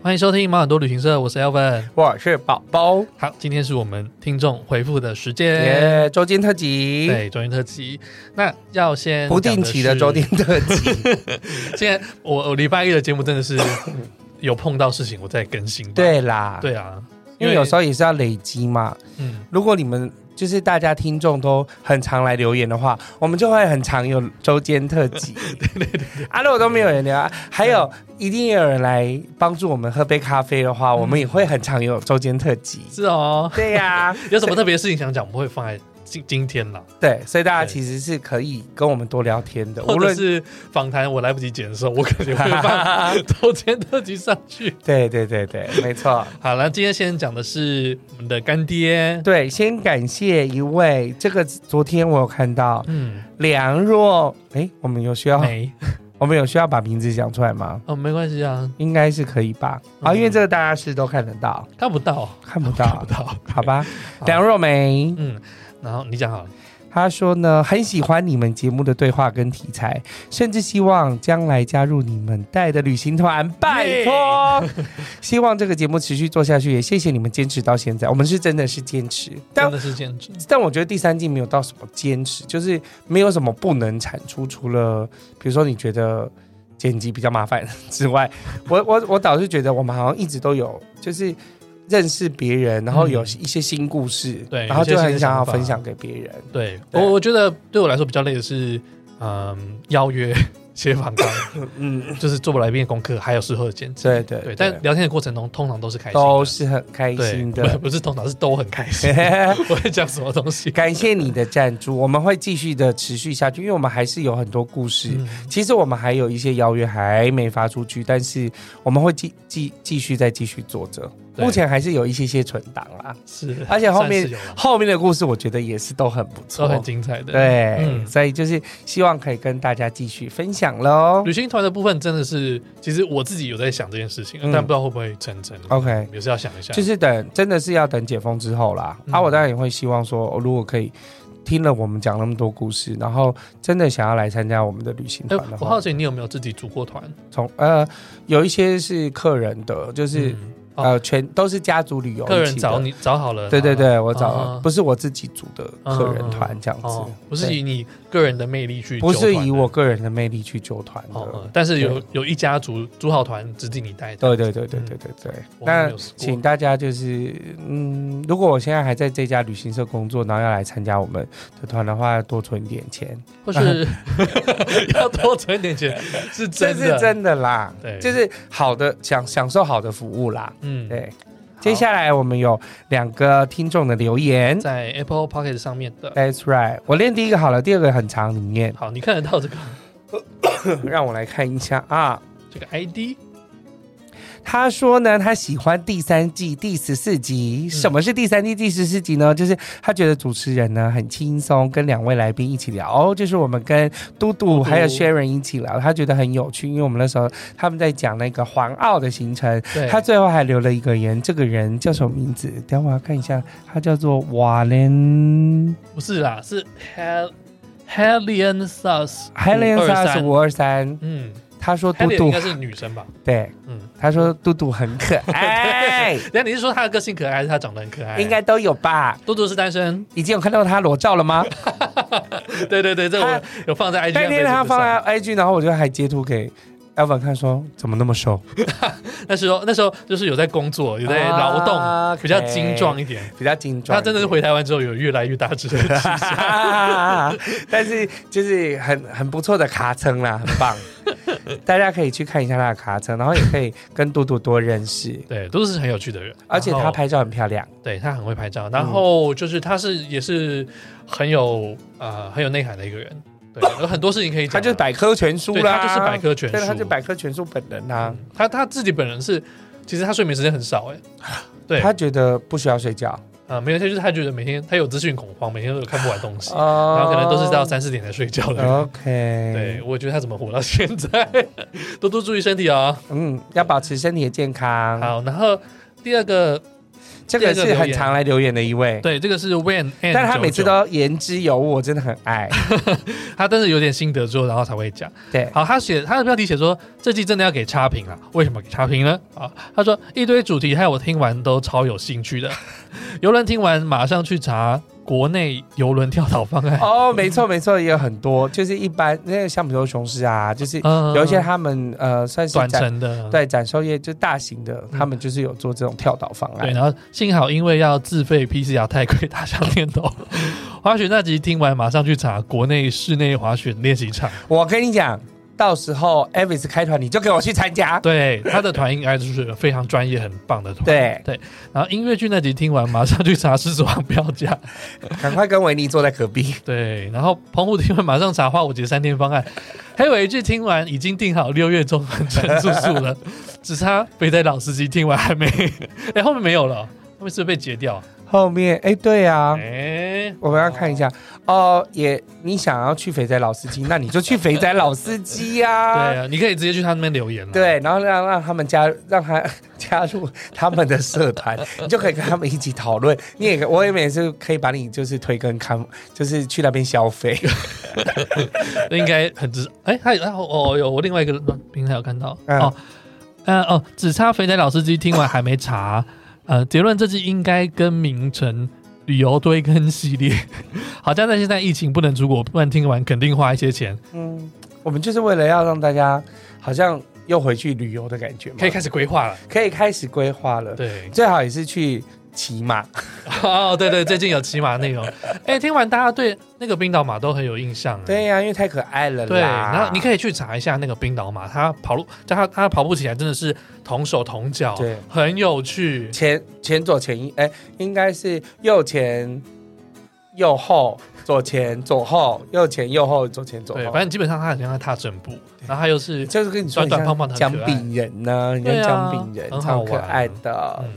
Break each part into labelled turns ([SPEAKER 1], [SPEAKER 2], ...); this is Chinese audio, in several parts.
[SPEAKER 1] 欢迎收听毛很多旅行社，我是 Elvin。
[SPEAKER 2] 我是宝宝，
[SPEAKER 1] 好，今天是我们听众回复的时间，
[SPEAKER 2] 耶！周间特辑，
[SPEAKER 1] 对，周天特辑。那要先
[SPEAKER 2] 不定期的周
[SPEAKER 1] 周
[SPEAKER 2] 间
[SPEAKER 1] 天，
[SPEAKER 2] 特辑，
[SPEAKER 1] 现在我我礼拜一的节目真的 是有碰到事情，我在更新。，
[SPEAKER 2] 对啦，，
[SPEAKER 1] 对啊，
[SPEAKER 2] 因为有时候也是要累积嘛。
[SPEAKER 1] 嗯，
[SPEAKER 2] 如果你们就是大家听众都很常来留言的话，我们就会很常有周间特 辑。对对对，啊，如果都没有人聊，还有一定也有人来帮助我们喝杯咖啡的话，我们也会很常有周间特辑。
[SPEAKER 1] 嗯是哦。
[SPEAKER 2] 对 呀、
[SPEAKER 1] 有什么特别的事情想讲，我们会放在 今今天啦，
[SPEAKER 2] 对，所以大家
[SPEAKER 1] 对
[SPEAKER 2] 其实是可以跟我们多聊天的，
[SPEAKER 1] 或
[SPEAKER 2] 无
[SPEAKER 1] 者
[SPEAKER 2] 论
[SPEAKER 1] 是访谈我来不及剪的时候，我 肯定会放周天特辑上去。
[SPEAKER 2] 对对对对，没错。
[SPEAKER 1] 好了，今天先讲的是我们的干爹，
[SPEAKER 2] 对，先感谢一位，这个昨天我有看到
[SPEAKER 1] 嗯，
[SPEAKER 2] 梁若，哎，我们有需要，
[SPEAKER 1] 没
[SPEAKER 2] 我们有需要把名字讲出来吗？
[SPEAKER 1] 哦，没关系啊，
[SPEAKER 2] 应该是可以吧？啊、
[SPEAKER 1] 嗯
[SPEAKER 2] 因为这个大家是都看得到，
[SPEAKER 1] 看不到，啊
[SPEAKER 2] 看不
[SPEAKER 1] 看
[SPEAKER 2] 到
[SPEAKER 1] 不，到。
[SPEAKER 2] 好吧
[SPEAKER 1] 好？
[SPEAKER 2] 梁若梅
[SPEAKER 1] 嗯，然后你讲好了，
[SPEAKER 2] 她说呢，很喜欢你们节目的对话跟题材，甚至希望将来加入你们带的旅行团，拜托！希望这个节目持续做下去，也谢谢你们坚持到现在，我们是真的是坚持，但
[SPEAKER 1] 真的是兼职，
[SPEAKER 2] 但我觉得第三季没有到什么坚持，就是没有什么不能产出，除了比如说你觉得剪辑比较麻烦之外， 我我我倒是觉得我们好像一直都有就是认识别人，然后有一些新故事，
[SPEAKER 1] 对
[SPEAKER 2] 然后就很想要
[SPEAKER 1] 有一些新的想法
[SPEAKER 2] 分享给别人。
[SPEAKER 1] 对
[SPEAKER 2] 对
[SPEAKER 1] 我我觉得对我来说比较累的是，嗯，邀约写访纲，
[SPEAKER 2] 嗯，
[SPEAKER 1] 就是做来宾的功课，还有适合的剪辑。
[SPEAKER 2] 对对
[SPEAKER 1] 对，但聊天的过程中通常都是开心的，
[SPEAKER 2] 都是很开心
[SPEAKER 1] 对
[SPEAKER 2] 的。
[SPEAKER 1] 不不是通常是都很开心。我在讲什么东西？
[SPEAKER 2] 感谢你的赞助，我们会继续的持续下去，因为我们还是有很多故事。
[SPEAKER 1] 嗯
[SPEAKER 2] 其实我们还有一些邀约还没发出去，但是我们会继继继续再继续做着。
[SPEAKER 1] 对
[SPEAKER 2] 目前还是有一些些存档啦，
[SPEAKER 1] 是，
[SPEAKER 2] 而且后
[SPEAKER 1] 算
[SPEAKER 2] 面
[SPEAKER 1] 是有了
[SPEAKER 2] 后面的故事我觉得也是都很不错，
[SPEAKER 1] 都很精彩的。，
[SPEAKER 2] 对，
[SPEAKER 1] 嗯
[SPEAKER 2] 所以就是希望可以跟大家继续分享喽。
[SPEAKER 1] 旅行团的部分真的是，其实我自己有在想这件事情，
[SPEAKER 2] 嗯
[SPEAKER 1] 但不知道会不会成真。
[SPEAKER 2] OK，
[SPEAKER 1] 也是要想一下，
[SPEAKER 2] 就是等真的是要等解封之后啦。
[SPEAKER 1] 啊嗯
[SPEAKER 2] 啊，我当然也会希望说，哦如果可以听了我们讲那么多故事，然后真的想要来参加我们的旅行
[SPEAKER 1] 哎
[SPEAKER 2] 团的
[SPEAKER 1] 我好
[SPEAKER 2] 话，
[SPEAKER 1] 奇你有没有自己组过团？
[SPEAKER 2] 从呃有一些是客人的，就是。
[SPEAKER 1] 嗯哦
[SPEAKER 2] 呃，全都是家族旅游，
[SPEAKER 1] 客人找。你找好了，
[SPEAKER 2] 对对
[SPEAKER 1] 然后
[SPEAKER 2] 对，我找、
[SPEAKER 1] 啊嗯
[SPEAKER 2] 不是我自己组的客人团这样子，
[SPEAKER 1] 哦，不是
[SPEAKER 2] 对
[SPEAKER 1] 以你个人的魅力去
[SPEAKER 2] 不
[SPEAKER 1] 揪团
[SPEAKER 2] 是
[SPEAKER 1] 的，
[SPEAKER 2] 以我个人的魅力去揪团的。
[SPEAKER 1] 哦，嗯但是有有一家族组好团指定你带的，
[SPEAKER 2] 对对对对对对对。
[SPEAKER 1] 嗯我还没
[SPEAKER 2] 那
[SPEAKER 1] 有试过
[SPEAKER 2] 请大家就是，嗯，如果我现在还在这家旅行社工作，然后要来参加我们的团的话，要多存一点钱，
[SPEAKER 1] 或是 要多存点钱，是
[SPEAKER 2] 这
[SPEAKER 1] 真
[SPEAKER 2] 是
[SPEAKER 1] 的，
[SPEAKER 2] 真的啦。
[SPEAKER 1] 对
[SPEAKER 2] 就是好的享享受好的服务啦。
[SPEAKER 1] 嗯，
[SPEAKER 2] 对，
[SPEAKER 1] 好。
[SPEAKER 2] 接下来我们有两个听众的留言。
[SPEAKER 1] 在 Apple Pocket 上面的，
[SPEAKER 2] That's right，我练第一个好了，第二个很长，你念。
[SPEAKER 1] 好，你看得到这个
[SPEAKER 2] 让我来看一下啊。
[SPEAKER 1] 这个 ID
[SPEAKER 2] 他说呢，他喜欢第三季第十四
[SPEAKER 1] 嗯
[SPEAKER 2] 集。什么是第三季第十四集呢？就是他觉得主持人呢很轻松，跟两位来宾一起聊。哦，就是我们跟嘟嘟
[SPEAKER 1] 嘟
[SPEAKER 2] 还有 Sharon 一起聊，他觉得很有趣，因为我们那时候他们在讲那个环澳的行程，
[SPEAKER 1] 对，
[SPEAKER 2] 他最后还留了一个人，这个人叫什么名字？等一下我要看一下，他叫做瓦伦
[SPEAKER 1] 不是啦，是 Hel Helian Sas
[SPEAKER 2] ，Helen
[SPEAKER 1] 523
[SPEAKER 2] s 五二三。
[SPEAKER 1] 嗯
[SPEAKER 2] 他说嘟
[SPEAKER 1] ，Helian 应
[SPEAKER 2] 嘟
[SPEAKER 1] 该是女生吧？
[SPEAKER 2] 对，
[SPEAKER 1] 嗯，
[SPEAKER 2] 他说嘟嘟很可 爱，
[SPEAKER 1] 那你是说她的个性可爱，还是她长得很可爱？
[SPEAKER 2] 应该都有吧。
[SPEAKER 1] 多多是单身，
[SPEAKER 2] 已经有看到他裸照了吗？
[SPEAKER 1] 对对 对，这
[SPEAKER 2] 他
[SPEAKER 1] 我有放在 IG 上。
[SPEAKER 2] 那天他
[SPEAKER 1] Facebook
[SPEAKER 2] 放
[SPEAKER 1] 上
[SPEAKER 2] 在 IG，然后我就还截图给 Elvin 看说，怎么那么瘦，
[SPEAKER 1] 那时候那时候就是有在工作，有在劳动，
[SPEAKER 2] 啊
[SPEAKER 1] 比较精壮，一点。
[SPEAKER 2] 比较精壮。
[SPEAKER 1] 他真的是 回台湾之后有越来越大只的迹象
[SPEAKER 2] 但是就是很很不错的卡层啦，很 棒。大家可以去看一下他的卡层，然后也可以跟杜杜多认识，
[SPEAKER 1] 对，都是很有趣的人。
[SPEAKER 2] 而且
[SPEAKER 1] 然
[SPEAKER 2] 他
[SPEAKER 1] 后，
[SPEAKER 2] 拍照嗯很漂亮。
[SPEAKER 1] 对他很会拍照，然后就是他是也是很有呃很有内涵的一个人，对，有很多事情可以讲啊。
[SPEAKER 2] 他就是百科全书
[SPEAKER 1] 对
[SPEAKER 2] 啦，
[SPEAKER 1] 他就是百科全书，
[SPEAKER 2] 对，他就是百科全书本人啊啦、
[SPEAKER 1] 嗯他他自己本人是，其实他睡眠时间很少 哎，对，
[SPEAKER 2] 他觉得不需要睡觉，
[SPEAKER 1] 啊没有，他就是他觉得每天他有资讯恐慌，每天都有看不完东西，然
[SPEAKER 2] 然
[SPEAKER 1] 后可能都是到三四点才睡觉的人。
[SPEAKER 2] 哦 OK，
[SPEAKER 1] 对，，我觉得他怎么活到现 在？多多注意身体啊、
[SPEAKER 2] 嗯，要保持身体的健康。
[SPEAKER 1] 好，然后第二个
[SPEAKER 2] 这个
[SPEAKER 1] 第二
[SPEAKER 2] 是
[SPEAKER 1] 留
[SPEAKER 2] 很
[SPEAKER 1] 言
[SPEAKER 2] 常来留言的一位，
[SPEAKER 1] 对，这个是 When，and
[SPEAKER 2] 但是他每次
[SPEAKER 1] 99
[SPEAKER 2] 都言之有物，我真的很 爱。
[SPEAKER 1] 他真是有点心得之后，然后才会讲。
[SPEAKER 2] 对，
[SPEAKER 1] 好，他写他的标题写说这季真的要给差评了，为什么给差评呢？啊，他说一堆主题害我听完都超有兴趣 的，游轮听完马上去查国内游轮跳岛方案，
[SPEAKER 2] 哦，没错没错，也有很多，就是一般那个像比如说雄狮啊，就是
[SPEAKER 1] 嗯
[SPEAKER 2] 有一些他们呃算是
[SPEAKER 1] 短
[SPEAKER 2] 展
[SPEAKER 1] 程的，
[SPEAKER 2] 对展售业就大型的，他们就是有做这种跳岛方
[SPEAKER 1] 对，
[SPEAKER 2] 案。
[SPEAKER 1] 然后幸好因为要自费 PCR 太贵，打消念头。 滑雪那集听完马上去查国内室内滑雪练习场，
[SPEAKER 2] 我跟你讲，到时候 Avis 开团你就给我去参加。
[SPEAKER 1] 对他的团应该就是个非常专业、很棒的团。
[SPEAKER 2] 对，
[SPEAKER 1] 然后音乐剧那集听完马上去查狮子王标价，
[SPEAKER 2] 赶快跟维尼坐在 隔壁。
[SPEAKER 1] 对，然后澎湖听完马上查花五节三天方案，还有一句听完已经定好六月中环城住宿了， 只差北台老司机听完还没， 哎、后面没有了，后面是不是被截掉啊？
[SPEAKER 2] 后面哎，对啊，
[SPEAKER 1] 哎、
[SPEAKER 2] 我们要看一下哦。也你想要去肥仔老司 机，那你就去肥仔老司机呀、
[SPEAKER 1] 对啊，你可以直接去他那边留言了。
[SPEAKER 2] 对，然后让让他们加让他 加入他们的 社团，你就可以跟他们一起讨论。你也可我也每次可以把你就是推跟看，就是去那边 消费。
[SPEAKER 1] 应该很值。哎、还有，哦哦有我另外一个平台有看到、
[SPEAKER 2] 嗯
[SPEAKER 1] 哦，呃哦，只差肥仔老司机听完还没查，呃，结论这季应该跟名城。旅游堆跟系列， 好像在现在疫情不能出国，不然听完肯定花一些钱。
[SPEAKER 2] 嗯，我们就是为了要让大家好像又回去旅游的感觉嘛，
[SPEAKER 1] 可以开始规划了。
[SPEAKER 2] 可以开始规划了。
[SPEAKER 1] 对，
[SPEAKER 2] 最好也是去骑马。
[SPEAKER 1] 哦，对对，最近有骑马内容。哎，听完大家对那个冰岛马都很有印象。
[SPEAKER 2] 对。呀、因为太可爱了啦。
[SPEAKER 1] 对，然后你
[SPEAKER 2] 以
[SPEAKER 1] 可以去查一下那个冰岛马，它跑路，它它跑步起来真的是同手同脚，
[SPEAKER 2] 对
[SPEAKER 1] 很有趣。
[SPEAKER 2] 前前左前一，哎，应该是右前右后。左前左后，右前右后，左前左
[SPEAKER 1] 对，
[SPEAKER 2] 后
[SPEAKER 1] 反。正基本上它很像在踏整步，然后它又是
[SPEAKER 2] 就是跟你说，你
[SPEAKER 1] 短短
[SPEAKER 2] 像
[SPEAKER 1] 胖胖的很
[SPEAKER 2] 姜
[SPEAKER 1] 可爱
[SPEAKER 2] 饼人呢、你
[SPEAKER 1] 对
[SPEAKER 2] 像
[SPEAKER 1] 啊
[SPEAKER 2] 姜饼人，
[SPEAKER 1] 很好
[SPEAKER 2] 超
[SPEAKER 1] 玩啊
[SPEAKER 2] 可爱的。
[SPEAKER 1] 嗯，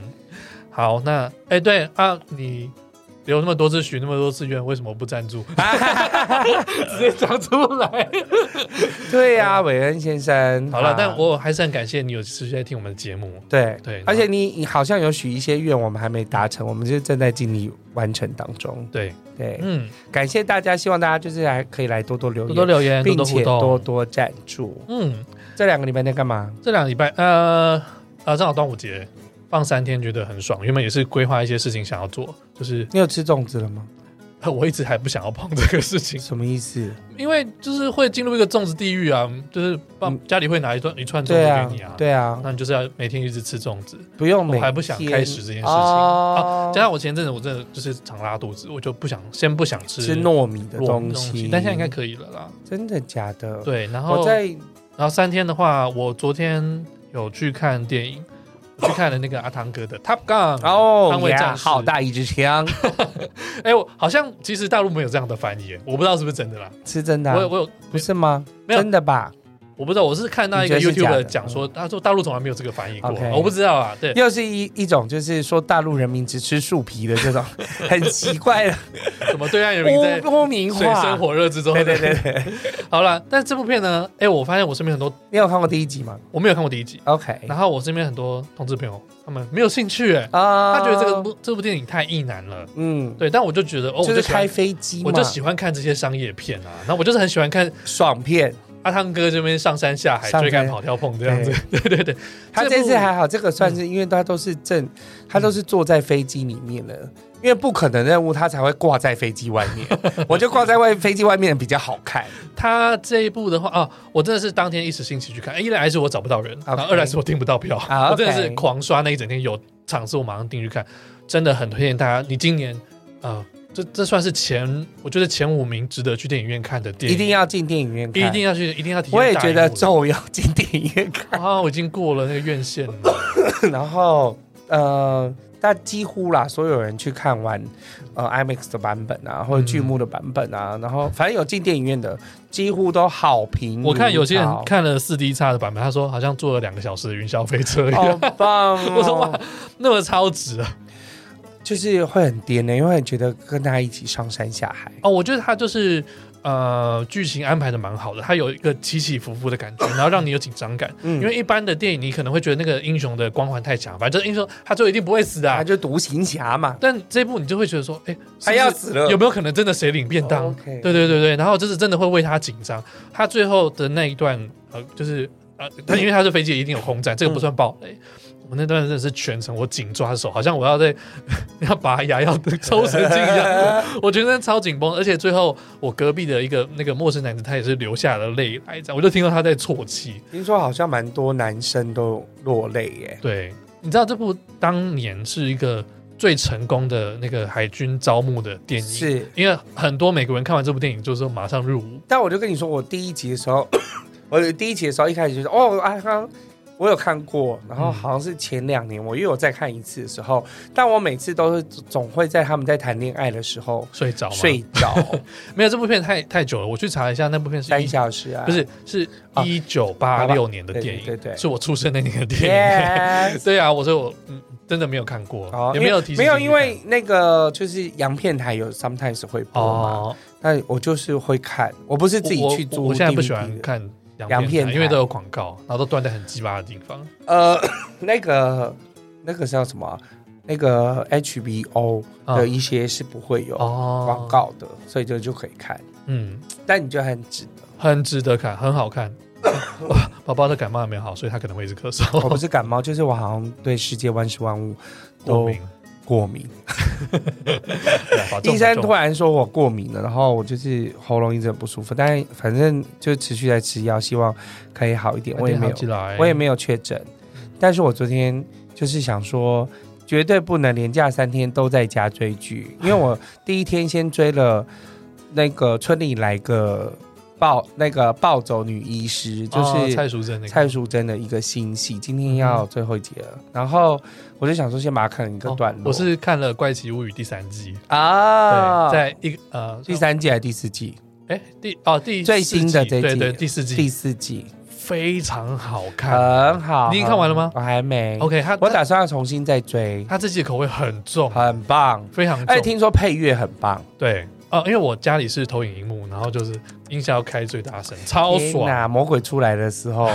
[SPEAKER 1] 好，那哎对啊，你留那么多次许那么多次愿，为什么不赞
[SPEAKER 2] 嗯
[SPEAKER 1] 助？直接讲出来。
[SPEAKER 2] 对呀、啊，韦恩先生。
[SPEAKER 1] 好了
[SPEAKER 2] 啊，
[SPEAKER 1] 但我还是很感谢你有持续在听我们的节目。
[SPEAKER 2] 对
[SPEAKER 1] 对
[SPEAKER 2] 而且你你好像有许一些愿，我们还没达成，我们就正在尽力完成当中。
[SPEAKER 1] 对，
[SPEAKER 2] 对，
[SPEAKER 1] 嗯，
[SPEAKER 2] 感谢大家，希望大家就是还可以来多多留
[SPEAKER 1] 多
[SPEAKER 2] 言，
[SPEAKER 1] 多留言，多
[SPEAKER 2] 并
[SPEAKER 1] 多互
[SPEAKER 2] 且
[SPEAKER 1] 动，
[SPEAKER 2] 多多赞助。
[SPEAKER 1] 嗯，
[SPEAKER 2] 这两个礼拜在干嘛？
[SPEAKER 1] 这两个礼拜，呃呃，正好端午节放三天，觉得很爽。原本也是规划一些事情想要做，就是、
[SPEAKER 2] 你有吃粽子了吗？
[SPEAKER 1] 呃我一直还不想要碰这个事情，
[SPEAKER 2] 什么意思？
[SPEAKER 1] 因为就是会进入一个粽子地狱啊，就是爸
[SPEAKER 2] 嗯
[SPEAKER 1] 家里会拿一串一串粽子
[SPEAKER 2] 对啊
[SPEAKER 1] 给你啊，，
[SPEAKER 2] 对啊，
[SPEAKER 1] 那你就是要每天一直吃粽子。
[SPEAKER 2] 不用每
[SPEAKER 1] 我还不想
[SPEAKER 2] 天
[SPEAKER 1] 开始这件事情啊
[SPEAKER 2] 哦
[SPEAKER 1] 加上我前阵子我真的就是常拉肚子，我就不想先不想吃
[SPEAKER 2] 吃糯米的
[SPEAKER 1] 糯
[SPEAKER 2] 东
[SPEAKER 1] 西
[SPEAKER 2] 西，，
[SPEAKER 1] 但现在应该可以了啦。
[SPEAKER 2] 真的假的？
[SPEAKER 1] 对，然后
[SPEAKER 2] 我在
[SPEAKER 1] 然后三天的话，我昨天有去看电影，我去看了那个阿汤哥的《Top Gun》。
[SPEAKER 2] 哦
[SPEAKER 1] 捍卫
[SPEAKER 2] 呀
[SPEAKER 1] 战士
[SPEAKER 2] 好大一支 枪，
[SPEAKER 1] 哎，我好像其实大陆没有这样的翻译，我不知道是不是真的啦。
[SPEAKER 2] 是真的啊、
[SPEAKER 1] 我有我有
[SPEAKER 2] 不是吗？
[SPEAKER 1] 没有
[SPEAKER 2] 真的吧？
[SPEAKER 1] 我不知道，我是看到一个
[SPEAKER 2] 你觉得是假
[SPEAKER 1] YouTube
[SPEAKER 2] 的嗯
[SPEAKER 1] 讲说，他说大陆从来没有这个翻译过，
[SPEAKER 2] OK
[SPEAKER 1] 我不知道啊。对，
[SPEAKER 2] 又是一一种就是说大陆人民只吃树皮的 这种很奇怪的
[SPEAKER 1] 什么对岸人民在
[SPEAKER 2] 污污名
[SPEAKER 1] 水深
[SPEAKER 2] 化。
[SPEAKER 1] 火热之中。
[SPEAKER 2] 对对对对，
[SPEAKER 1] 好了，但这部片呢，哎，我发现我身边很多
[SPEAKER 2] 你有看过第一集吗
[SPEAKER 1] 我没有看过第一集，
[SPEAKER 2] ？OK
[SPEAKER 1] 然后我身边很多同志朋友他们没有兴趣，哎，
[SPEAKER 2] 啊
[SPEAKER 1] 他觉得这个部这部电影太意难了。
[SPEAKER 2] 嗯，
[SPEAKER 1] 对，但我就觉得哦，我
[SPEAKER 2] 就是
[SPEAKER 1] 喜欢
[SPEAKER 2] 开飞机
[SPEAKER 1] 我
[SPEAKER 2] 嘛，
[SPEAKER 1] 就喜欢看这些商业片啊，那我就是很喜欢看
[SPEAKER 2] 爽片。
[SPEAKER 1] 阿汤哥这边上山下海、
[SPEAKER 2] 上山
[SPEAKER 1] 追赶、跑、跳、碰这样子。对 对对，
[SPEAKER 2] 他
[SPEAKER 1] 这
[SPEAKER 2] 这
[SPEAKER 1] 部嗯
[SPEAKER 2] 次还好，这个算是因为他都是正，他都是坐在飞机里面的。因为不可能任务，他才会挂在飞机外 面。我就挂在外飞机外面比较好看。
[SPEAKER 1] 他这一部的话啊，我真的是当天一时兴起去看，哎一来是我找不到人，
[SPEAKER 2] OK
[SPEAKER 1] 然后二来是我订不到票，
[SPEAKER 2] 啊
[SPEAKER 1] 我真的
[SPEAKER 2] OK
[SPEAKER 1] 是狂刷那一整天，有场次我马上订去看，真的很推荐大家。你今年啊，这这算是前，我觉得前五名值得去电影院看的电影，
[SPEAKER 2] 一定要进电影院看，
[SPEAKER 1] 一定要去，一定要体验
[SPEAKER 2] 我也
[SPEAKER 1] 大
[SPEAKER 2] 觉
[SPEAKER 1] 荧
[SPEAKER 2] 得
[SPEAKER 1] 幕的
[SPEAKER 2] 咒要进电影院 看，
[SPEAKER 1] 啊，我已经过了那个院线了，
[SPEAKER 2] 然后呃，但几乎啦，所有人去看完呃 IMAX 的版本啊，或者剧目的版本啊，然后反正有进电影院的，几乎都好评如潮。
[SPEAKER 1] 我看有些人看了四 D 差的版本，他说好像 坐了两个小时的云霄飞车一样。
[SPEAKER 2] 好棒、哦，
[SPEAKER 1] 我说哇，那么超值啊！
[SPEAKER 2] 就是会很颠的，因为觉得跟大家一起上山下海。
[SPEAKER 1] 哦，我觉得他就是呃，剧情安排的蛮好的，它有一个起起伏伏的感觉，然后让你有紧张感。
[SPEAKER 2] 嗯
[SPEAKER 1] 因为一般的电影，你可能会觉得那个英雄的光环太强，反正这英雄他最后一定不会死的啊、
[SPEAKER 2] 他就独行侠嘛，
[SPEAKER 1] 但这一部你就会觉得说，哎、是不
[SPEAKER 2] 他
[SPEAKER 1] 是
[SPEAKER 2] 要死了，
[SPEAKER 1] 有没有可能真的谁领便当？
[SPEAKER 2] 哦？OK
[SPEAKER 1] 对对对对，然后就是真的会为他紧张。他最后的那一段，呃，就是呃，但因为他是飞机一定有空战，这个不算暴雷。我那段真的是全程我紧抓手，好像我要在 要拔牙要抽神经一 样，我全身超紧绷。而且最后我隔壁的一个那个陌生男子，他也是流下了泪来，这样我就听到他在啜泣。
[SPEAKER 2] 听说好像蛮多男生都落泪耶。
[SPEAKER 1] 对，你知道这部当年是一个最成功的那个海军招募的电影，
[SPEAKER 2] 是，
[SPEAKER 1] 因为很多美国人看完这部电影就是说马上入伍，
[SPEAKER 2] 但我就跟你说，我第一集的时候， 我第一集的时候一开始就是哦，啊，刚我有看过，然后
[SPEAKER 1] 嗯
[SPEAKER 2] 好像是前两年我又有再看一次的时候，但我每次都是总会在他们在谈恋爱的时候
[SPEAKER 1] 睡着吗？
[SPEAKER 2] 睡着
[SPEAKER 1] 没有这部片太太久了，我去查了一下，那部片是
[SPEAKER 2] 三
[SPEAKER 1] 一
[SPEAKER 2] 小时啊，
[SPEAKER 1] 不是是
[SPEAKER 2] 啊
[SPEAKER 1] 一九八六年的电影，
[SPEAKER 2] 对对对对
[SPEAKER 1] 是我出生那年的电影。
[SPEAKER 2] ，yes。
[SPEAKER 1] 对啊，我说我嗯真的没有看过，
[SPEAKER 2] 哦
[SPEAKER 1] 也没有
[SPEAKER 2] 因为
[SPEAKER 1] 提
[SPEAKER 2] 没有，因为
[SPEAKER 1] 醒啊
[SPEAKER 2] 那个就是洋片台有 sometimes 会
[SPEAKER 1] 你
[SPEAKER 2] 播
[SPEAKER 1] 看
[SPEAKER 2] 嘛，
[SPEAKER 1] 哦，
[SPEAKER 2] 但我就是会看，我不是
[SPEAKER 1] 我
[SPEAKER 2] 自己去租
[SPEAKER 1] 我我现在不喜
[SPEAKER 2] DVD
[SPEAKER 1] 欢
[SPEAKER 2] 的
[SPEAKER 1] 看洋
[SPEAKER 2] 洋
[SPEAKER 1] 片
[SPEAKER 2] 片哎
[SPEAKER 1] 台，
[SPEAKER 2] 台
[SPEAKER 1] 因为都有广告，然后都断在很鸡巴的地方。
[SPEAKER 2] 呃， 那个那个叫什么啊？那个 HBO
[SPEAKER 1] 啊
[SPEAKER 2] 的一些是不会有
[SPEAKER 1] 哦，
[SPEAKER 2] 广，告的，所以就就可以看。
[SPEAKER 1] 嗯，
[SPEAKER 2] 但你就很 值得。
[SPEAKER 1] 很值得看，很好 看。哇宝宝的感冒还没有好，所以他可能会一直咳
[SPEAKER 2] 我不
[SPEAKER 1] 嗽。
[SPEAKER 2] 是感冒，就是我好像对世界万事万物
[SPEAKER 1] 过
[SPEAKER 2] 都
[SPEAKER 1] 敏，
[SPEAKER 2] 过 敏。
[SPEAKER 1] 对啊把重
[SPEAKER 2] 哦医生
[SPEAKER 1] 把重
[SPEAKER 2] 突然说我过敏了，然后我就是喉咙一直很不舒服，但反正就持续在吃药，希望可以好一点。我也没有
[SPEAKER 1] 起哎来，
[SPEAKER 2] 我也没有确诊，
[SPEAKER 1] 嗯
[SPEAKER 2] 但是我昨天就是想说，绝对不能连假三天都在家追剧，因 为我第一天先追了那个村里来个暴那个暴走女医师，就
[SPEAKER 1] 哦
[SPEAKER 2] 是
[SPEAKER 1] 蔡淑珍那个嗯
[SPEAKER 2] 蔡淑珍的一个新戏，今天要最后一集了，然后我就想说先把它看一个段落，
[SPEAKER 1] 哦我是看了《怪奇物语》第三季，
[SPEAKER 2] 啊，
[SPEAKER 1] 对，在一个呃
[SPEAKER 2] 第三季还是第四季？
[SPEAKER 1] 哎第哦第
[SPEAKER 2] 最新的
[SPEAKER 1] 四季
[SPEAKER 2] 这一季
[SPEAKER 1] 对对第四
[SPEAKER 2] 第
[SPEAKER 1] 季
[SPEAKER 2] 四季
[SPEAKER 1] 非常好看。
[SPEAKER 2] 很好，
[SPEAKER 1] 你已经看完了吗
[SPEAKER 2] 我还没，
[SPEAKER 1] OK，他
[SPEAKER 2] 我
[SPEAKER 1] 他
[SPEAKER 2] 打算要重新再追，
[SPEAKER 1] 他这季的口味很重，
[SPEAKER 2] 很棒。
[SPEAKER 1] 非常
[SPEAKER 2] 哎，
[SPEAKER 1] 重。
[SPEAKER 2] 听说配乐很棒，
[SPEAKER 1] 对哦，因为我家里是投影荧幕，然后就是音效要开最大声，超
[SPEAKER 2] 天
[SPEAKER 1] 爽，
[SPEAKER 2] 哪！魔鬼出来的 时候，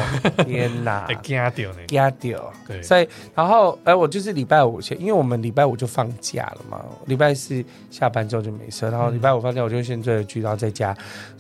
[SPEAKER 2] 天哪
[SPEAKER 1] 哎，，惊掉呢。
[SPEAKER 2] 压掉。
[SPEAKER 1] 对，
[SPEAKER 2] 所以，然后，哎，我就是礼拜五先，因为我们礼拜五就放假了嘛，礼拜四下班之后就没事，然后
[SPEAKER 1] 嗯
[SPEAKER 2] 礼拜五放假我就先追了剧，然后在家，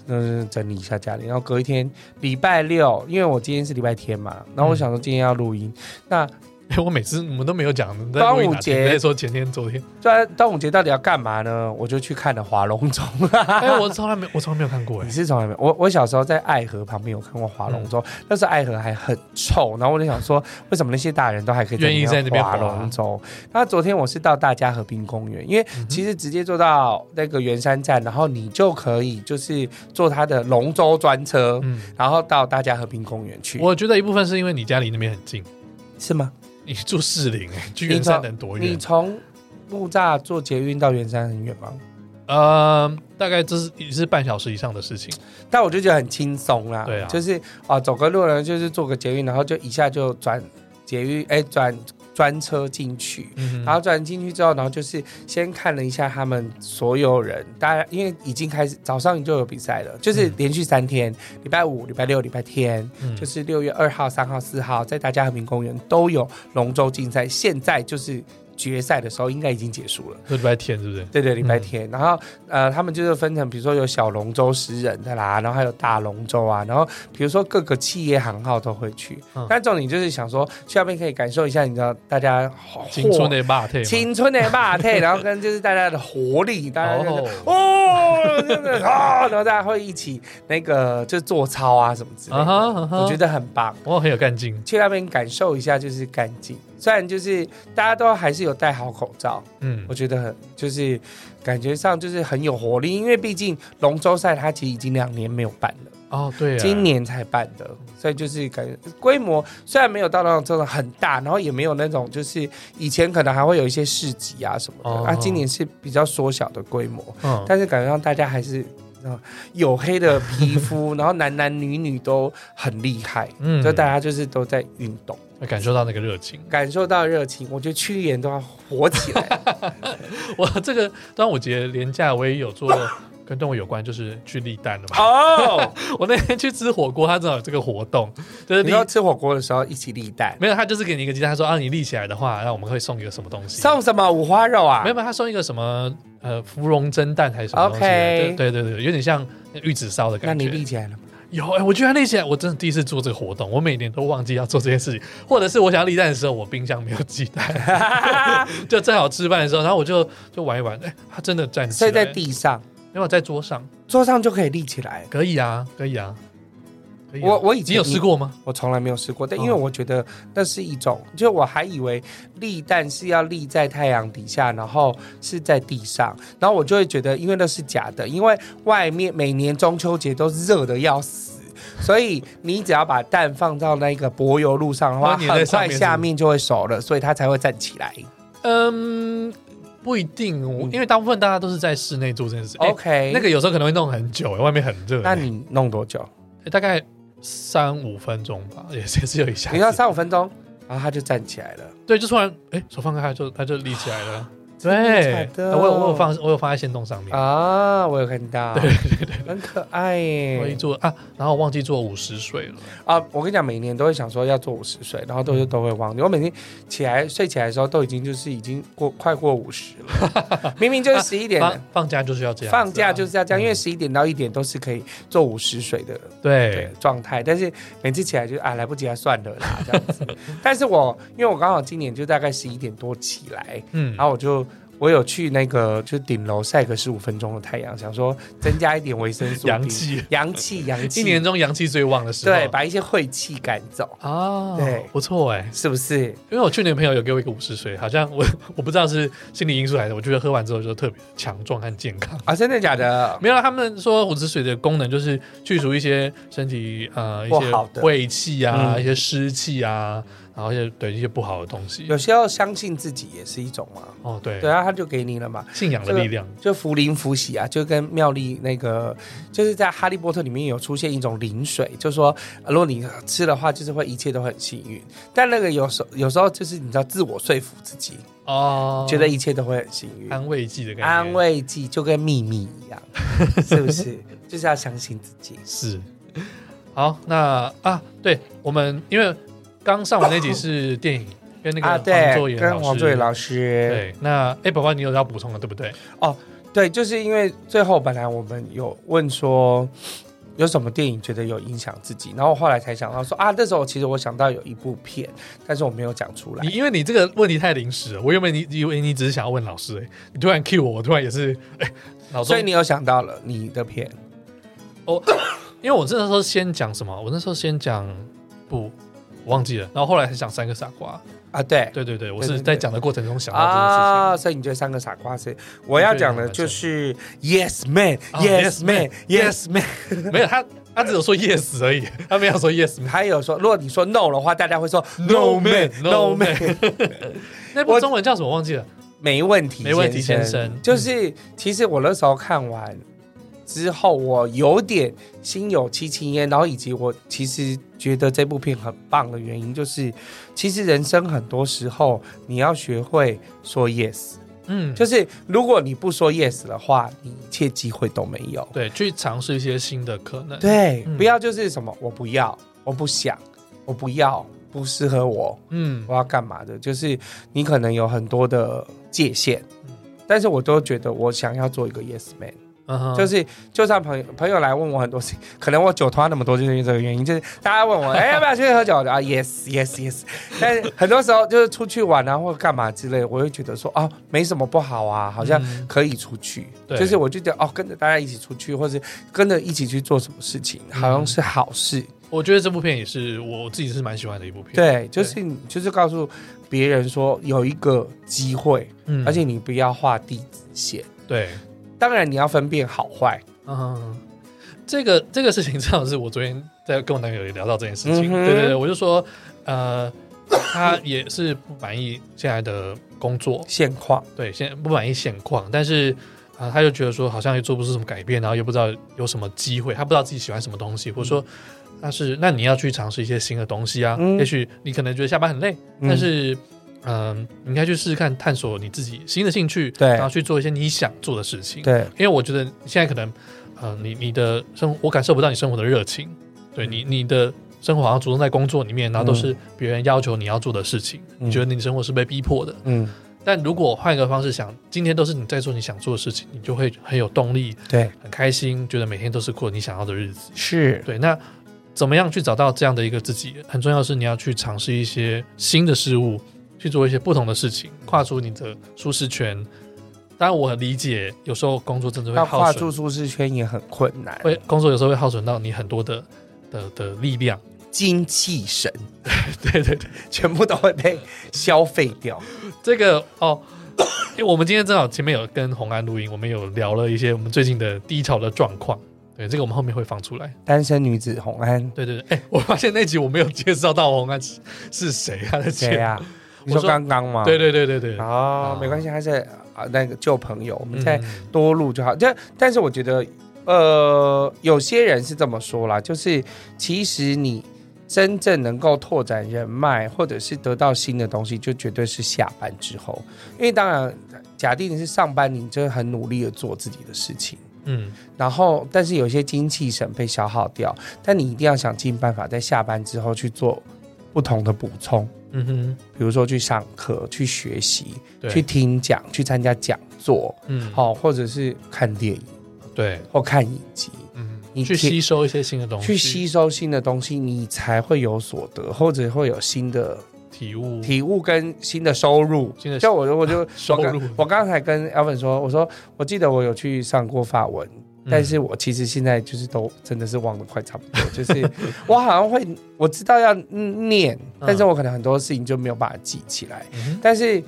[SPEAKER 2] 嗯，整理一下家里，然后隔一天礼拜六，因为我今天是礼拜天嘛，然后我想说今天要录音，那
[SPEAKER 1] 哎我每次我们都没有讲，在
[SPEAKER 2] 端午
[SPEAKER 1] 录音哪天
[SPEAKER 2] 节
[SPEAKER 1] 在说前天、 昨天，
[SPEAKER 2] 端啊端午节到底要干嘛呢？我就去看了《划龙舟》。
[SPEAKER 1] 哎，我从来没我从来没有看过哎
[SPEAKER 2] 你，是从来没有？我我小时候在爱河旁边有看过划龙舟，
[SPEAKER 1] 嗯
[SPEAKER 2] 那时候爱河还很臭，然后我就想说，为什么那些大人都还可以
[SPEAKER 1] 愿意在那边划
[SPEAKER 2] 划
[SPEAKER 1] 嗯
[SPEAKER 2] 龙舟？那昨天我是到大家河滨公园，因为其实直接坐到那个圆山站，然后你就可以就是坐他的龙舟专车，
[SPEAKER 1] 嗯，
[SPEAKER 2] 然后到大家河滨公园去，
[SPEAKER 1] 我觉得一部分是因为你家离那边很近，
[SPEAKER 2] 是吗？
[SPEAKER 1] 你住士林哎，距
[SPEAKER 2] 你
[SPEAKER 1] 圆山
[SPEAKER 2] 从
[SPEAKER 1] 能多远
[SPEAKER 2] 你？从木栅坐捷运到圆山很远吗？
[SPEAKER 1] 呃，大概这是也是半小时以上的事情。
[SPEAKER 2] 但我就觉得很轻松啦，
[SPEAKER 1] 对啊
[SPEAKER 2] 就是啊，走个路呢，就是坐个捷运，然后就一下就转捷运，哎，转专车进去。
[SPEAKER 1] 嗯
[SPEAKER 2] 然后转进去之后，然后就是先看了一下他们所有人，大家因为已经开始早上就有比赛了，就是
[SPEAKER 1] 嗯
[SPEAKER 2] 连续三天，礼拜五、礼拜六、礼拜天，
[SPEAKER 1] 嗯
[SPEAKER 2] 就是六月二号、三号、四号，在大家和平公园都有龙舟竞赛。现在就是决赛的时候，应该已经结束了。
[SPEAKER 1] 嗯就礼拜天，是不是？
[SPEAKER 2] 对对，礼拜
[SPEAKER 1] 嗯
[SPEAKER 2] 天。然后呃，他们就是分成，比如说有小龙舟十人的啦，然后还有大龙舟啊，然后比如说各个企业行号都会去。
[SPEAKER 1] 嗯
[SPEAKER 2] 但重点就是想说，去那边可以感受一下，你知道大家
[SPEAKER 1] 青春的霸退，
[SPEAKER 2] 青春的霸退，然后跟就是大家的活力，大家就是。
[SPEAKER 1] 哦，
[SPEAKER 2] 哦，真的哦，然后大家会一起那个就做操啊什么之类的
[SPEAKER 1] 啊哈啊哈
[SPEAKER 2] 我觉得很棒。
[SPEAKER 1] 我很有干劲，
[SPEAKER 2] 去那边感受一下就是干净，虽然就是大家都还是有戴好口罩，
[SPEAKER 1] 嗯
[SPEAKER 2] 我，觉得很就是感觉上就是很有活力，因为毕竟龙舟赛它其实已经两年没有办了，
[SPEAKER 1] 哦，对啊，
[SPEAKER 2] 今年才办的，所以就是感觉规模虽然没有到那种真的很大，然后也没有那种就是以前可能还会有一些市集啊什么的，
[SPEAKER 1] 哦
[SPEAKER 2] 啊，今年是比较缩小的规模，
[SPEAKER 1] 嗯，
[SPEAKER 2] 但是感觉上大家还是。呃黝黑的皮肤，然后男男女女都很厉害，
[SPEAKER 1] 嗯
[SPEAKER 2] 就大家就是都在运动，
[SPEAKER 1] 会感受到那个热情。
[SPEAKER 2] 感受到热情，我觉得区艺人都要火 起来。
[SPEAKER 1] 我这个端午节连假我也有做跟动物有关，就是去立蛋了嘛。
[SPEAKER 2] 哦，
[SPEAKER 1] 我那天去吃火锅，他正好有这个活动，就是
[SPEAKER 2] 你
[SPEAKER 1] 立
[SPEAKER 2] 要吃火锅的时候一起立蛋，
[SPEAKER 1] 没有，他就是给你一个鸡蛋，他说啊，你立起来的话，那我们会送一个什么东西？
[SPEAKER 2] 送什么五花肉啊
[SPEAKER 1] 没？有，没有他送一个什么呃芙蓉蒸蛋还是什么东西的
[SPEAKER 2] OK
[SPEAKER 1] 对对对对，有点像玉子烧的
[SPEAKER 2] 那
[SPEAKER 1] 感
[SPEAKER 2] 你
[SPEAKER 1] 觉。
[SPEAKER 2] 立起来了吗？
[SPEAKER 1] 有哎、我居然立起来，我真的第一次做这个活动，我每年都忘记要做这件事情，或者是我想要立蛋的时候，我冰箱没有鸡蛋， 就正好吃饭的时候，然后我就就玩一玩，哎、他真的站起
[SPEAKER 2] 所
[SPEAKER 1] 来，
[SPEAKER 2] 以在地上，
[SPEAKER 1] 没有在桌上，
[SPEAKER 2] 桌上就可以立起来。
[SPEAKER 1] 可以啊，可以啊，可以啊
[SPEAKER 2] 我我以
[SPEAKER 1] 你
[SPEAKER 2] 前
[SPEAKER 1] 有试，过吗？
[SPEAKER 2] 我从来没有试过，但
[SPEAKER 1] 嗯
[SPEAKER 2] 因为我觉得那是一种，就我还以为立蛋是要立在太阳底下，然后是在地上，然后我就会觉得，因为那是假的，因为外面每年中秋节都热的要死。所以你只要把蛋放到那个柏油路上的话，
[SPEAKER 1] 它哦粘在上面是
[SPEAKER 2] 很快
[SPEAKER 1] 不是
[SPEAKER 2] 下面就会熟了，所以它才会站起来。
[SPEAKER 1] 嗯，不一定，我
[SPEAKER 2] 嗯
[SPEAKER 1] 因为大部分大家都是在室内做这件事。哎
[SPEAKER 2] OK，
[SPEAKER 1] 那个有时候可能会弄很久，外面很热。
[SPEAKER 2] 那你弄多久？
[SPEAKER 1] 哎大概三五分钟吧，也是也是有一下
[SPEAKER 2] 你要
[SPEAKER 1] 子。
[SPEAKER 2] 三五分钟，然后它就站起来了。
[SPEAKER 1] 对，就突然哎，手放开它就它就立起来 了。
[SPEAKER 2] 假
[SPEAKER 1] 对，
[SPEAKER 2] 的
[SPEAKER 1] 我有我有放我有放在线动上面。
[SPEAKER 2] 啊，我有看到，
[SPEAKER 1] 对对对，
[SPEAKER 2] 很可爱
[SPEAKER 1] 我一
[SPEAKER 2] 耶。
[SPEAKER 1] 做啊，然后我忘记做五十岁了。
[SPEAKER 2] 啊，我跟你讲，每年都会想说要做五十岁，然后都都会忘记。我每天起来睡起来的时候，都已经就是已经过快过五十了， 明明就是十一点
[SPEAKER 1] 放放假就是要这样子啊，
[SPEAKER 2] 放假就是要这样，因为
[SPEAKER 1] 嗯
[SPEAKER 2] 十一点到一点都是可以做午时水的对
[SPEAKER 1] 对
[SPEAKER 2] 状态，但是每次起来就啊来不及啊算了啦这样子。 但是我因为我刚好今年就大概十一点多起来，
[SPEAKER 1] 嗯
[SPEAKER 2] 然，后我就我有去那个就顶楼晒个十五分钟的太阳，想说增加一点维生素 D，
[SPEAKER 1] 阳气，
[SPEAKER 2] 阳 气阳气，
[SPEAKER 1] 一年中阳气最旺的时候。
[SPEAKER 2] 对，把一些晦气赶走，
[SPEAKER 1] 啊，
[SPEAKER 2] 对
[SPEAKER 1] 不错哎。
[SPEAKER 2] 是不是？
[SPEAKER 1] 因为我去年朋友有给我一个五十岁，好像我 我不知道是心理因素还是，我觉得喝完之后就特别强壮和健康。
[SPEAKER 2] 啊，真的假的？
[SPEAKER 1] 没有，他们说五十水的功能就是去除一些身体呃一
[SPEAKER 2] 不
[SPEAKER 1] 些
[SPEAKER 2] 好的
[SPEAKER 1] 晦气啊、
[SPEAKER 2] 嗯
[SPEAKER 1] 一些湿气啊，然后一些对一些不好的东西
[SPEAKER 2] 有。时候相信自己也是一种嘛，
[SPEAKER 1] 哦，对，
[SPEAKER 2] 对啊，他就给你了嘛。
[SPEAKER 1] 信仰的力量，
[SPEAKER 2] 就福灵福喜啊，就跟妙丽那个，就是在《哈利波特》里面有出现一种灵水，就说呃如果你吃的话，就是会一切都很幸运。但那个有时候有时候就是你知道自我说服自己，
[SPEAKER 1] 哦，
[SPEAKER 2] 觉得一切都会很幸运，
[SPEAKER 1] 安慰剂的感觉，
[SPEAKER 2] 安慰剂就跟秘密 一样，是不是？就是要相信自己。
[SPEAKER 1] 是。好，那啊，对我们因为刚上完那集 是电影。跟那个
[SPEAKER 2] 啊，
[SPEAKER 1] 黄作
[SPEAKER 2] 对，
[SPEAKER 1] 妍
[SPEAKER 2] 跟黄
[SPEAKER 1] 师
[SPEAKER 2] 作老师，
[SPEAKER 1] 对，那哎，宝宝，你有要补充的对不对？
[SPEAKER 2] 对，就是因为最后本来我们有问说有什么电影觉得有影响自己，然后后来才想到说啊，那时候其实我想到有一部片，但是我没有讲出来
[SPEAKER 1] 你。因为你这个问题太临时了，我原本你以为你只是想要问老师、哎，你突然 cue 我，我突然也是，哎、脑中
[SPEAKER 2] 所以你有想到了你的片，
[SPEAKER 1] 因为我那时候先讲什么，我那时候先讲不，我忘记了，然后后来还讲三个傻瓜，
[SPEAKER 2] 啊？对
[SPEAKER 1] 对对对，我
[SPEAKER 2] 对
[SPEAKER 1] 是
[SPEAKER 2] 对
[SPEAKER 1] 在讲的过程中想到这件事情。
[SPEAKER 2] 啊，所以你觉得三个傻瓜是我要讲的就是 Yes Man
[SPEAKER 1] 啊
[SPEAKER 2] Yes
[SPEAKER 1] Yes
[SPEAKER 2] Man
[SPEAKER 1] Man，
[SPEAKER 2] Yes Man，
[SPEAKER 1] 没有他，他只有说 yes 而已，他没有说 yes。
[SPEAKER 2] 还有说如果你说 No 的话，大家会说 No Man No Man，
[SPEAKER 1] 那
[SPEAKER 2] 我
[SPEAKER 1] 部中文叫什么忘记了？
[SPEAKER 2] 没问题，
[SPEAKER 1] 没问题先生
[SPEAKER 2] 就是其实我那时候看完之后，我有点心有戚戚焉，然后以及我其实觉得这部片很棒的原因，就是其实人生很多时候你要学会说 yes，
[SPEAKER 1] 嗯，
[SPEAKER 2] 就是如果你不说 yes 的话，你一切机会都没有。
[SPEAKER 1] 对，去尝试一些新的可能。
[SPEAKER 2] 对，
[SPEAKER 1] 嗯
[SPEAKER 2] 不要就是什么我不要，我不想，我不要，不适合我，
[SPEAKER 1] 嗯
[SPEAKER 2] 我要干嘛的，就是你可能有很多的界限
[SPEAKER 1] 嗯，
[SPEAKER 2] 但是我都觉得我想要做一个 yes man，、
[SPEAKER 1] 嗯哼，
[SPEAKER 2] 就是就算朋友朋友来问我很多事情，可能我酒托那么多就是因为这个原因，就是大家问我 哎、要不要去喝酒啊，yes yes yes，但 是很多时候就是出去玩啊或干嘛之类，我会觉得说哦没什么不好啊，好像
[SPEAKER 1] 嗯
[SPEAKER 2] 可以出去，
[SPEAKER 1] 对
[SPEAKER 2] 就是我就觉得哦跟着大家一起出去，或是跟着一起去做什么事情，好
[SPEAKER 1] 嗯
[SPEAKER 2] 像是好事，
[SPEAKER 1] 我觉得这部片也是我自己是蛮喜欢的一部片。，
[SPEAKER 2] 对，就是你就是告诉别人说有一个机会。
[SPEAKER 1] 嗯
[SPEAKER 2] 而且你不要画地址线。
[SPEAKER 1] 对，
[SPEAKER 2] 当然，你要分辨好坏。
[SPEAKER 1] 嗯，这个这个事情正好是我昨天在跟我男友也聊到这件事情，
[SPEAKER 2] 嗯哼
[SPEAKER 1] 对对对，我就说，呃，他也是不满意现在的工作，
[SPEAKER 2] 现况
[SPEAKER 1] 对，现在不满意现况，但是啊、呃他
[SPEAKER 2] 嗯
[SPEAKER 1] 就觉得说好像也做不出什么改变，然后也不知道有什么机会，他不知道自己喜欢什么东西，或者说那是那你要去尝试一些新的东西啊。
[SPEAKER 2] 嗯
[SPEAKER 1] 也许你可能觉得下班很累，
[SPEAKER 2] 嗯
[SPEAKER 1] 但是嗯、你应该去试试看，探索你自己新的兴趣，
[SPEAKER 2] 对
[SPEAKER 1] 然后去做一些你想做的事情。
[SPEAKER 2] 对，
[SPEAKER 1] 因为我觉得现在可能，呃，你你的生活，我感受不到你生活的热情，
[SPEAKER 2] 嗯
[SPEAKER 1] 对你你的生活好像着重在工作里面，然后都是别人要求你要做的事情，
[SPEAKER 2] 嗯
[SPEAKER 1] 你觉得你生活是被逼迫的。
[SPEAKER 2] 嗯，
[SPEAKER 1] 但如果换一个方式想，今天都是你在做你想做的事情，你就会很有动力，
[SPEAKER 2] 对，
[SPEAKER 1] 很开心，觉得每天都是过你想要的日子。
[SPEAKER 2] 是，
[SPEAKER 1] 对，那怎么样去找到这样的一个自己？很重要的是你要去尝试一些新的事物，去做一些不同的事情，跨出你的舒适圈。当然，我很理解，有时候工作真的会
[SPEAKER 2] 要
[SPEAKER 1] 耗
[SPEAKER 2] 跨
[SPEAKER 1] 损
[SPEAKER 2] 出，舒适圈也很困难，
[SPEAKER 1] 会工作有时候会耗损到你很多的的的力量。
[SPEAKER 2] 精气神
[SPEAKER 1] 对对对，
[SPEAKER 2] 全部都会被消费掉。
[SPEAKER 1] 这个哦。因为我们今天正好前面有跟红安录音，我们有聊了一些我们最近的低潮的状况。对，这个我们后面会放出来。
[SPEAKER 2] 单身女子红安，
[SPEAKER 1] 对对对，哎、我发现那集我没有介绍到红安是是谁啊？在
[SPEAKER 2] 谁
[SPEAKER 1] 啊？
[SPEAKER 2] 呀、
[SPEAKER 1] 我
[SPEAKER 2] 你说
[SPEAKER 1] 说
[SPEAKER 2] 刚刚吗？
[SPEAKER 1] 对对对对对，啊，
[SPEAKER 2] 哦没关系，还是啊那个旧朋友，我
[SPEAKER 1] 嗯
[SPEAKER 2] 们再多录就好。但、但是我觉得，呃，有些人是这么说啦，就是其实你真正能够拓展人脉，或者是得到新的东西，就绝对是下班之后。因为当然，假定你是上班，你就很努力的做自己的事情。
[SPEAKER 1] 嗯，
[SPEAKER 2] 然后，但是有些精气神被消耗掉，但你一定要想尽办法在下班之后去做不同的补充，
[SPEAKER 1] 嗯哼，
[SPEAKER 2] 比如说去上课、去学习、
[SPEAKER 1] 对，
[SPEAKER 2] 去听讲、去参加讲座，
[SPEAKER 1] 嗯，，
[SPEAKER 2] 好、或者是看电影
[SPEAKER 1] 对，
[SPEAKER 2] 或看影集，
[SPEAKER 1] 嗯，
[SPEAKER 2] 你
[SPEAKER 1] 去
[SPEAKER 2] 听
[SPEAKER 1] 吸收一些新的东西，
[SPEAKER 2] 去吸收新的东西，你才会有所得，或者会有新的
[SPEAKER 1] 体悟
[SPEAKER 2] 体悟跟新的收入。
[SPEAKER 1] 新的
[SPEAKER 2] 像我，我就
[SPEAKER 1] 收
[SPEAKER 2] 我
[SPEAKER 1] 入
[SPEAKER 2] 刚。我刚才跟 Alvin 说，我说我记得我有去上过法文，
[SPEAKER 1] 嗯
[SPEAKER 2] 但是我其实现在就是都真的是忘得快差不多，就是我好像会我知道要念，但是我可能很多事情就没有把它记起来。
[SPEAKER 1] 嗯哼
[SPEAKER 2] 但是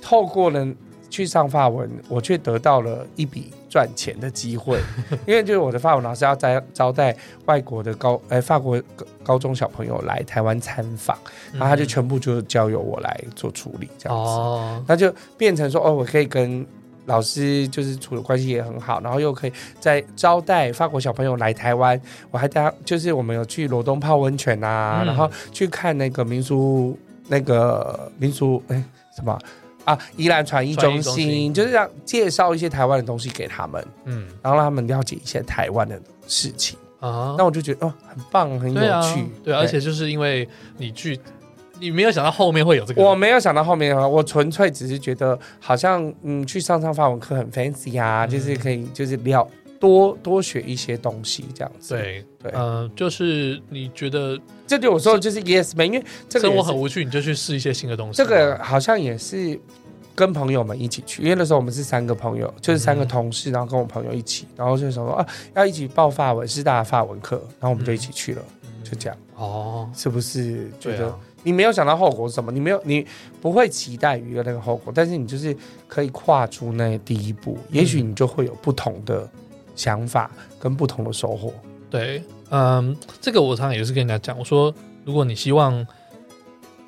[SPEAKER 2] 透过了去上法文，我却得到了一笔赚钱的机会，因为就是我的法文老师要招招待外国的高哎法国高高中小朋友来台湾参访，
[SPEAKER 1] 嗯
[SPEAKER 2] 然后他就全部就交由我来做处理这样子。
[SPEAKER 1] 哦，
[SPEAKER 2] 那就变成说，哦，我可以跟老师就是处的关系也很好，然后又可以在招待法国小朋友来台湾，我还带他，就是我们有去罗东泡温泉啊，
[SPEAKER 1] 嗯
[SPEAKER 2] 然后去看那个民俗那个民俗哎、什么啊，宜兰传艺中
[SPEAKER 1] 传
[SPEAKER 2] 心，
[SPEAKER 1] 艺中心
[SPEAKER 2] 就是让介绍一些台湾的东西给他们，
[SPEAKER 1] 嗯
[SPEAKER 2] 然后让他们了解一些台湾的事情。
[SPEAKER 1] 啊，
[SPEAKER 2] 那我就觉得哦，很棒，很有
[SPEAKER 1] 对啊
[SPEAKER 2] 趣，，
[SPEAKER 1] 对啊，而且就是因为你去，你没有想到后面会有这个，
[SPEAKER 2] 我没有想到后面的话，我纯粹只是觉得好像嗯，去上上法文课很 fancy 啊，
[SPEAKER 1] 嗯
[SPEAKER 2] 就是可以就是聊多多学一些东西这样子。，
[SPEAKER 1] 对
[SPEAKER 2] 对
[SPEAKER 1] 嗯，就是你觉得
[SPEAKER 2] 这对我说就是 yes man，因为这个
[SPEAKER 1] 生
[SPEAKER 2] 也
[SPEAKER 1] 活
[SPEAKER 2] 是
[SPEAKER 1] 很无趣，你就去试一些新的东西，
[SPEAKER 2] 这个好像也是跟朋友们一起去，因为那时候我们是三个朋友，就是三个
[SPEAKER 1] 嗯
[SPEAKER 2] 同事，然后跟我朋友一起，然后就想说啊，要一起报法文师大的法文课，然后我们就一起去了，
[SPEAKER 1] 嗯
[SPEAKER 2] 就这样，
[SPEAKER 1] 哦，
[SPEAKER 2] 是不是觉
[SPEAKER 1] 对
[SPEAKER 2] 得
[SPEAKER 1] 啊，
[SPEAKER 2] 你没有想到后果是什么，你没有，你不会期待于那个后果，但是你就是可以跨出那第一步，也许你就会有不同的想法跟不同的收获。
[SPEAKER 1] 对，嗯，这个我常常也是跟人家讲，我说如果你希望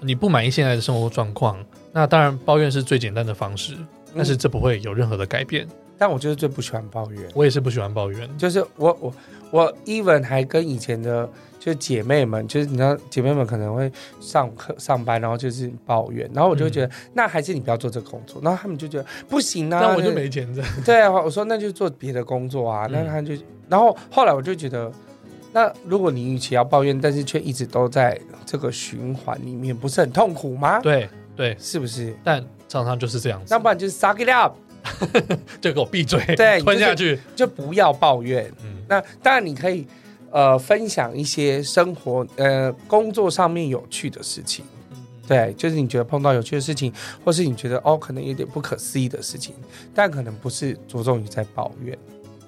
[SPEAKER 1] 你不满意现在的生活状况，那当然抱怨是最简单的方式，但是
[SPEAKER 2] 嗯，
[SPEAKER 1] 这不会有任何的改变。
[SPEAKER 2] 但我就是最不喜欢抱怨，
[SPEAKER 1] 我也是不喜欢抱怨，
[SPEAKER 2] 就是我我我 even 还跟以前的就姐妹们，就是你知道姐妹们可能会上课上班，然后就是抱怨，然后我就会觉得、那还是你不要做这个工作，然后他们就觉得不行啊，
[SPEAKER 1] 但我就
[SPEAKER 2] 那
[SPEAKER 1] 没钱这样。
[SPEAKER 2] 对啊，我说那就做别的工作啊，那
[SPEAKER 1] 嗯
[SPEAKER 2] 他就，然后后来我就觉得，那如果你与其要抱怨，但是却一直都在这个循环里面，不是很痛苦吗？，
[SPEAKER 1] 对对，
[SPEAKER 2] 是不是？
[SPEAKER 1] 但常常就是这样子
[SPEAKER 2] 那，不然就是 suck it up，
[SPEAKER 1] 就给我闭嘴，
[SPEAKER 2] 对
[SPEAKER 1] 吞下去。
[SPEAKER 2] 就不要抱怨。
[SPEAKER 1] 嗯
[SPEAKER 2] 那当然你可以，呃，分享一些生活、呃，工作上面有趣的事情。
[SPEAKER 1] 嗯
[SPEAKER 2] 对，就是你觉得碰到有趣的事情，或是你觉得哦，可能有点不可思议的事情，但可能不是着重于在抱怨。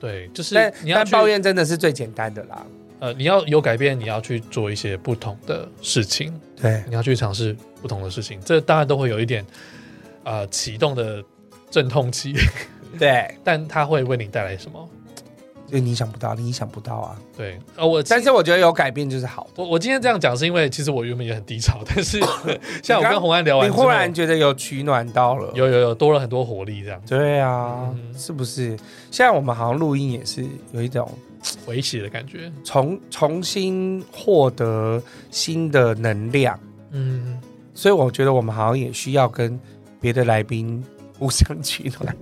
[SPEAKER 1] 对，就是
[SPEAKER 2] 但
[SPEAKER 1] 你要
[SPEAKER 2] 但
[SPEAKER 1] 去
[SPEAKER 2] 抱怨真的是最简单的啦。
[SPEAKER 1] 呃，你要有改变，你要去做一些不同的事情，
[SPEAKER 2] 对，
[SPEAKER 1] 你要去尝试不同的事情，这当然都会有一点呃启动的阵痛期，
[SPEAKER 2] 对。
[SPEAKER 1] 但它会为你带来什么？
[SPEAKER 2] 就你想不到，你意想不到啊！
[SPEAKER 1] 对，呃，我
[SPEAKER 2] 但是我觉得有改变就是好
[SPEAKER 1] 我我今天这样讲是因为其实我原本也很低潮，但是 像我
[SPEAKER 2] 你刚
[SPEAKER 1] 跟红安聊
[SPEAKER 2] 的，
[SPEAKER 1] 完
[SPEAKER 2] 你
[SPEAKER 1] 之后，
[SPEAKER 2] 忽然觉得有取暖到了。
[SPEAKER 1] 有有有多了很多活力这样。
[SPEAKER 2] 对啊，
[SPEAKER 1] 嗯
[SPEAKER 2] 是不是？现在我们好像录音也是有一种嘖
[SPEAKER 1] 回血的感觉。
[SPEAKER 2] 重重新获得新的能量。
[SPEAKER 1] 嗯，
[SPEAKER 2] 所以我觉得我们好像也需要跟别的来宾互相取 暖，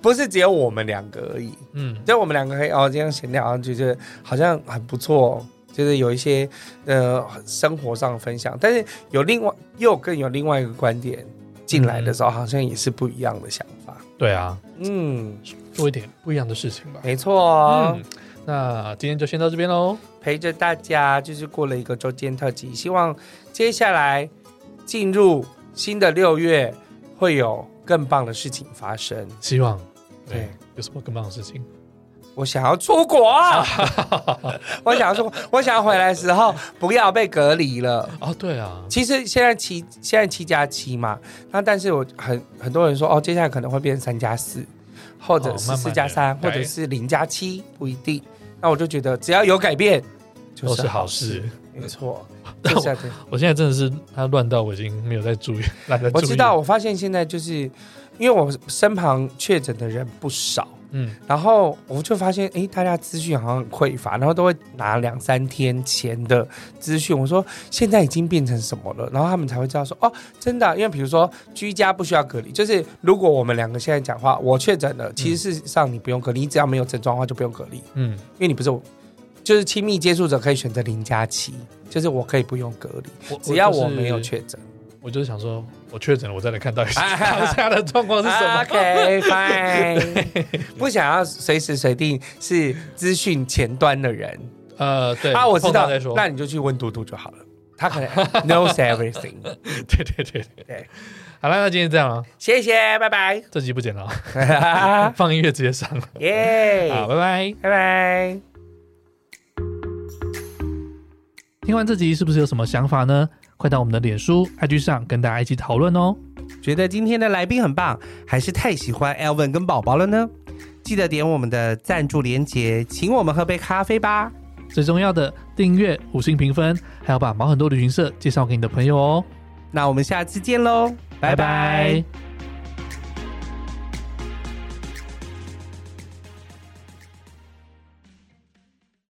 [SPEAKER 2] 不是只有我们两个而已。
[SPEAKER 1] 嗯，
[SPEAKER 2] 就我们两个可以哦这样闲聊，然后觉得好像很不错、哦，就是有一些呃生活上的分享。但是有另外又更有另外一个观点进来的时候，好像也是不一样的想法。
[SPEAKER 1] 对啊，
[SPEAKER 2] 嗯，
[SPEAKER 1] 做一点不一样的事情吧。
[SPEAKER 2] 没错、哦。
[SPEAKER 1] 嗯，那今天就先到这边喽。
[SPEAKER 2] 陪着大家，就是过了一个周间特辑。希望接下来进入新的六月，会有更棒的事情发生。
[SPEAKER 1] 希望
[SPEAKER 2] 对
[SPEAKER 1] 对有什么更棒的事情？
[SPEAKER 2] 我想要出国，啊 我想要出国，我想要回来的时候不要被隔离了。
[SPEAKER 1] 哦，对啊，
[SPEAKER 2] 其实现在七现在七加七嘛，那但是我很很多人说哦，接下来可能会变成三加四，或者
[SPEAKER 1] 哦
[SPEAKER 2] 是
[SPEAKER 1] 慢慢
[SPEAKER 2] 四
[SPEAKER 1] 地
[SPEAKER 2] 加三，或
[SPEAKER 1] 改
[SPEAKER 2] 者是零加七，不一定。那我就觉得只要有改变，就
[SPEAKER 1] 都
[SPEAKER 2] 是
[SPEAKER 1] 是好
[SPEAKER 2] 好事，
[SPEAKER 1] 事。
[SPEAKER 2] 没错。
[SPEAKER 1] 但 我
[SPEAKER 2] 就是要这样
[SPEAKER 1] 我现在真的是他乱到我已经没有在注意，懒得注
[SPEAKER 2] 我
[SPEAKER 1] 意。
[SPEAKER 2] 知道，，我发现现在就是因为我身旁确诊的人不少，
[SPEAKER 1] 嗯，
[SPEAKER 2] 然后我就发现，诶，大家资讯好像很匮乏，然后都会拿两三天前的资讯，我说现在已经变成什么了，然后他们才会知道说，哦，真的啊、因为比如说居家不需要隔离，就是如果我们两个现在讲话，我确诊了，其实事实上你不用隔离，你只要没有症状的话就不用隔离，
[SPEAKER 1] 嗯，
[SPEAKER 2] 因为你不是我。就是亲密接触者可以选择零加七，就是我可以不用隔离，
[SPEAKER 1] 我
[SPEAKER 2] 只要我
[SPEAKER 1] 就是
[SPEAKER 2] 没有确诊。
[SPEAKER 1] 我就是想说，我确诊了，我再来看到底是
[SPEAKER 2] 哎哎哎
[SPEAKER 1] 当下的状况是什么。
[SPEAKER 2] 啊 OK fine，不想要随时随地是资讯前端的人
[SPEAKER 1] 呃，对
[SPEAKER 2] 啊，我知
[SPEAKER 1] 碰到
[SPEAKER 2] 道
[SPEAKER 1] 再说。，
[SPEAKER 2] 那你就去问嘟嘟就好了，他可能 knows everything。
[SPEAKER 1] 对对对
[SPEAKER 2] 对，
[SPEAKER 1] 好了，那今天这样了，
[SPEAKER 2] 谢谢，拜拜，
[SPEAKER 1] 这集不剪了啊，放音乐直接上了。
[SPEAKER 2] 耶，
[SPEAKER 1] 好，拜拜。
[SPEAKER 2] 拜拜。
[SPEAKER 1] 听完这集是不是有什么想法呢？快到我们的脸书、IG 上跟大家一起讨论哦。
[SPEAKER 3] 觉得今天的来宾很棒，还是太喜欢 Elvin 跟宝宝了呢？记得点我们的赞助连结，请我们喝杯咖啡吧。
[SPEAKER 1] 最重要的，订阅、五星评分，还要把毛很多旅行社介绍给你的朋友哦。
[SPEAKER 3] 那我们下次见喽，拜拜
[SPEAKER 1] 拜